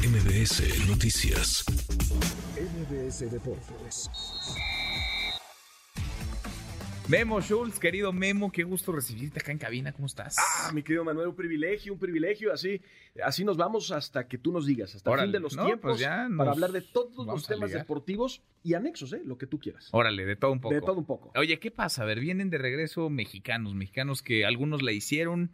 MBS Noticias. MBS Deportes. Memo Schultz, querido Memo, qué gusto recibirte acá en cabina, ¿cómo estás? Ah, mi querido Manuel, un privilegio, un privilegio. Así, así nos vamos hasta que tú nos digas, hasta Órale, el fin de los no, tiempos, pues ya nos para hablar de todos vamos los a temas ligar. deportivos y anexos, ¿eh? Lo que tú quieras. Órale, de todo un poco. De todo un poco. Oye, ¿qué pasa? A ver, vienen de regreso mexicanos, mexicanos que algunos la hicieron,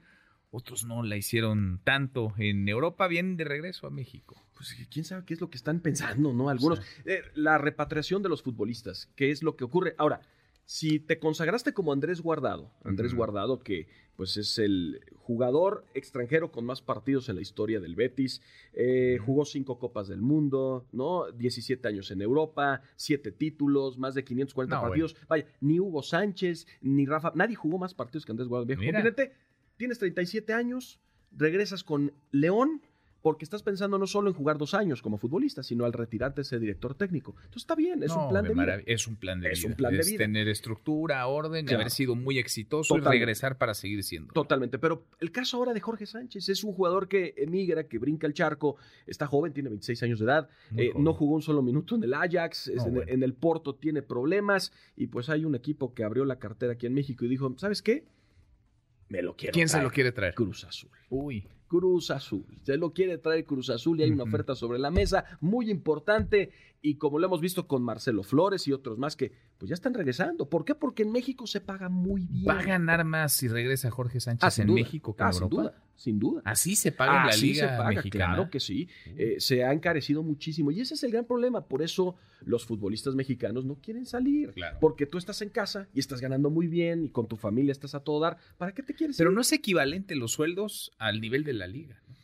otros no la hicieron tanto en Europa, vienen de regreso a México. Pues quién sabe qué es lo que están pensando, ¿no? Algunos. Eh, la repatriación de los futbolistas, qué es lo que ocurre. Ahora, si te consagraste como Andrés Guardado, Andrés Ujú. Guardado que pues es el jugador extranjero con más partidos en la historia del Betis, eh, Ujú. jugó cinco Copas del Mundo, ¿no? 17 años en Europa, siete títulos, más de 540 No, partidos. Vaya, ni Hugo Sánchez, ni Rafa, nadie jugó más partidos que Andrés Guardado. Viejo Mira. continente. tienes 37 años, regresas con León porque estás pensando no solo en jugar dos años como futbolista, sino al retirarte ese director técnico. Entonces está bien, es No, un plan de vida. marav- Es un plan de Es vida. un plan de es vida. tener estructura, orden, Claro. haber sido muy exitoso y Totalmente. regresar para seguir siendo. Totalmente, pero el caso ahora de Jorge Sánchez es un jugador que emigra, que brinca el charco, está joven, tiene 26 años de edad, Muy eh, joven. no jugó un solo minuto en el Ajax, es No, en, bueno. en el Porto tiene problemas y pues hay un equipo que abrió la cartera aquí en México y dijo, ¿sabes qué? Me lo quiero. ¿Quién se traer". lo quiere traer? Cruz Azul. Uy. Cruz Azul. Se lo quiere traer Cruz Azul y hay una Ujú. oferta sobre la mesa muy importante. Y como lo hemos visto con Marcelo Flores y otros más que pues ya están regresando. ¿Por qué? Porque en México se paga muy bien. ¿Va a ganar más si regresa Jorge Sánchez Ah, sin en duda. México que en Ah, sin Europa? duda, sin duda. Así se paga en la Así liga se paga, mexicana. Uh. claro que sí. Uy. Eh, se ha encarecido muchísimo y ese es el gran problema. Por eso los futbolistas mexicanos no quieren salir. Claro. Porque tú estás en casa y estás ganando muy bien y con tu familia estás a todo dar. ¿Para qué te quieres Pero ir? no es equivalente los sueldos al nivel de la liga. ¿no?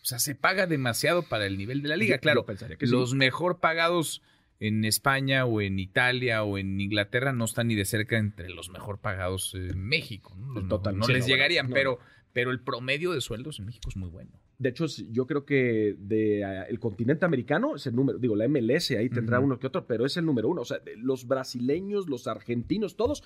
O sea, se paga demasiado para el nivel de la liga. Yo- claro, yo pensaría que sí. los mejor pagados en España o en Italia o en Inglaterra no están ni de cerca entre los mejor pagados en México. ¿no? Los mejor- Totalmente. no les Sí, no, llegarían, bueno, pero, pero el promedio de sueldos en México es muy bueno. De hecho, es- yo creo que de, eh, el continente americano es el número, digo, la MLS ahí tendrá Ujú. uno que otro, pero es el número uno. O sea, de- los brasileños, los argentinos, todos,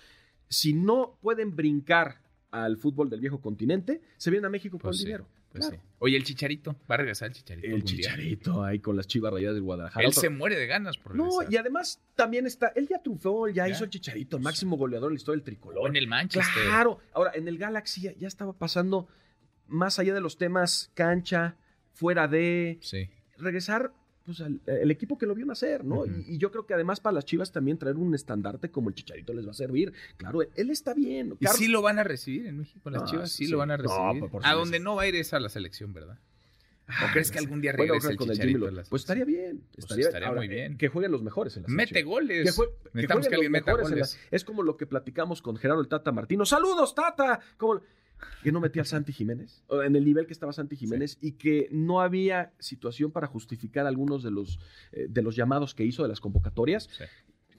si no pueden brincar al fútbol del viejo continente, se vienen a México por Pues el sí, dinero. pues claro. sí. Oye, el chicharito. Va a regresar el chicharito. El algún día? chicharito ahí con las chivas rayadas del Guadalajara. Él Otro- se muere de ganas por no, regresar. y además también está, él ya triunfó, él ya, Ya. este hizo el chicharito, el máximo goleador en la historia del O tricolor. en el Manchester. Claro. Ahora, en el Galaxy ya- ya estaba pasando más allá de los temas cancha, fuera de, Sí. regresar pues, al el equipo que lo vio nacer, ¿no? Ujú. y, y yo creo que además para las Chivas también traer un estandarte como el Chicharito les va a servir. Claro, él está bien. ¿Y Car- sí lo van a recibir en México? Las Ah, chivas sí, sí. lo van a No, recibir. por a supuesto. donde no va a ir es a la selección, ¿verdad? ¿O crees que algún día Bueno, regrese creo el que con el chicharito? Jimmy a lo- la pues estaría selección? bien. Pues Estaría, estaría muy bien. Que jueguen los mejores en la Mete selección. Que, goles. jue- que Necesitamos que jueguen alguien los meta mejores en la- goles. Es como lo que platicamos con Gerardo el Tata Martino. ¡Saludos, Tata! Como... Que no metía al Santi Jiménez, o en el nivel que estaba Santi Jiménez, y que no había situación para justificar algunos de los, eh, de los llamados que hizo de las convocatorias. Sí.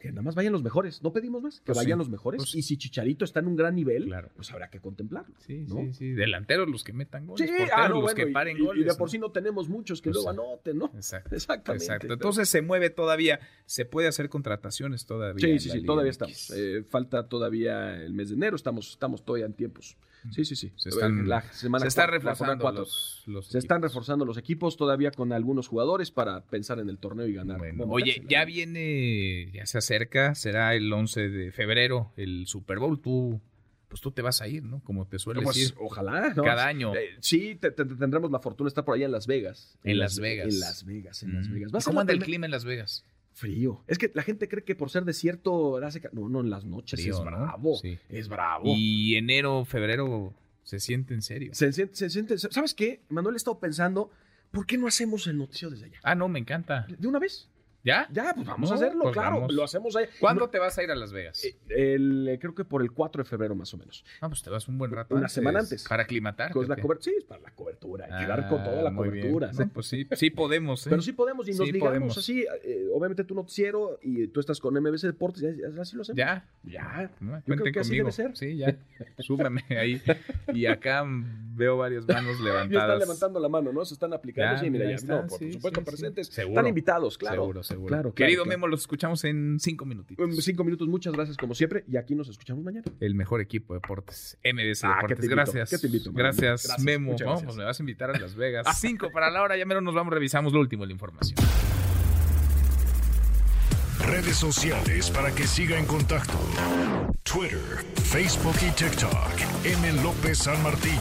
Que nada más vayan los mejores, no pedimos más, que Pues sí, vayan los mejores. pues sí. y si Chicharito está en un gran nivel, Claro. pues habrá que contemplarlo. Sí, ¿no? sí, sí. Delanteros los que metan goles. Sí, porteros ah, no, los bueno, que y- paren y, y goles. de por ¿no? sí no tenemos muchos que Pues luego sí. anoten, ¿no? Exacto. Exactamente. Exacto. Entonces se mueve todavía. Se puede hacer contrataciones todavía. Sí, en sí, la sí, Liga todavía MX. estamos. Eh, falta todavía el mes de enero, estamos, estamos todavía en tiempos. Sí, sí, sí. Mm. Se están- semana se están cua- la jornada reforzando cuatro. los, los Se están equipos. reforzando los equipos todavía con algunos jugadores para pensar en el torneo y ganar. Bueno, Bueno, oye, dársela. ya viene, ya se acerca, será el 11 de febrero el Super Bowl. Tú, pues tú te vas a ir, ¿no? Como te sueles Pues, ir ojalá. ¿no? cada año. Eh, sí, te- te- tendremos la fortuna de estar por allá en Las Vegas. En Las Vegas. En Las Vegas, en Las Mm. Vegas. ¿Y Va a ser ¿Cómo la anda el primer- clima en Las Vegas? Frío. Es que la gente cree que por ser desierto hace ca- No, no, en las noches Frío, es ¿no? bravo. Sí. Es bravo. Y enero, febrero se siente en serio. Se siente- se siente- ¿Sabes qué? Manuel he estado pensando, ¿por qué no hacemos el noticiero desde allá? Ah, no, me encanta. ¿De una vez? ¿Ya? Ya, pues vamos No, a hacerlo, pues claro. vamos. Lo hacemos allá. ¿Cuándo No, te vas a ir a Las Vegas? eh, el, eh, creo que por el 4 de febrero más o menos. ah, pues te vas un buen rato. una semana antes. Para aclimatarte. Con la ¿o qué? cobertura, sí, es para la cobertura, hay que dar Ah, con toda la muy bien. cobertura. No, ¿no? pues sí, sí podemos. ¿eh? Pero sí podemos y nos Sí ligamos podemos. así. eh, obviamente tu noticiero y tú estás con MBC Deportes, y así lo hacemos. Ya. Ya. No, creo cuenten que así conmigo. debe ser. Sí, ya. Súmame ahí. Y acá veo varias manos Ya están levantadas. levantando la mano, ¿no? Se están aplicando. Ya, sí, mira, ya ya, están, no, por, sí, supuesto, sí, sí. presentes. Seguro. Están invitados, claro. Seguro, seguro. Claro, claro, Querido claro. Memo, los escuchamos en cinco minutitos. En Cinco minutos, muchas gracias como siempre y aquí nos escuchamos mañana. El mejor equipo de deportes. MBS Ah, que Deportes. te invito, gracias. que te invito, mano. gracias, Gracias, Memo. muchas Vamos, gracias. me vas a invitar a Las Vegas. Cinco para la hora. Ya mero nos vamos, revisamos lo último de la información. Redes sociales para que siga en contacto: Twitter, Facebook y TikTok. M. López San Martín.